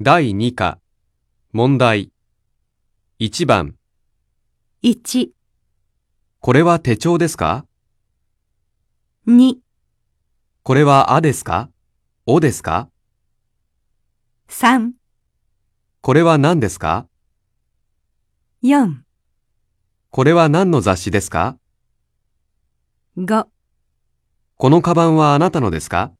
第2課、問題。1番、 1、これは手帳ですか2、これはあですかおですか3、これは何ですか4、これは何の雑誌ですか5このカバンはあなたのですか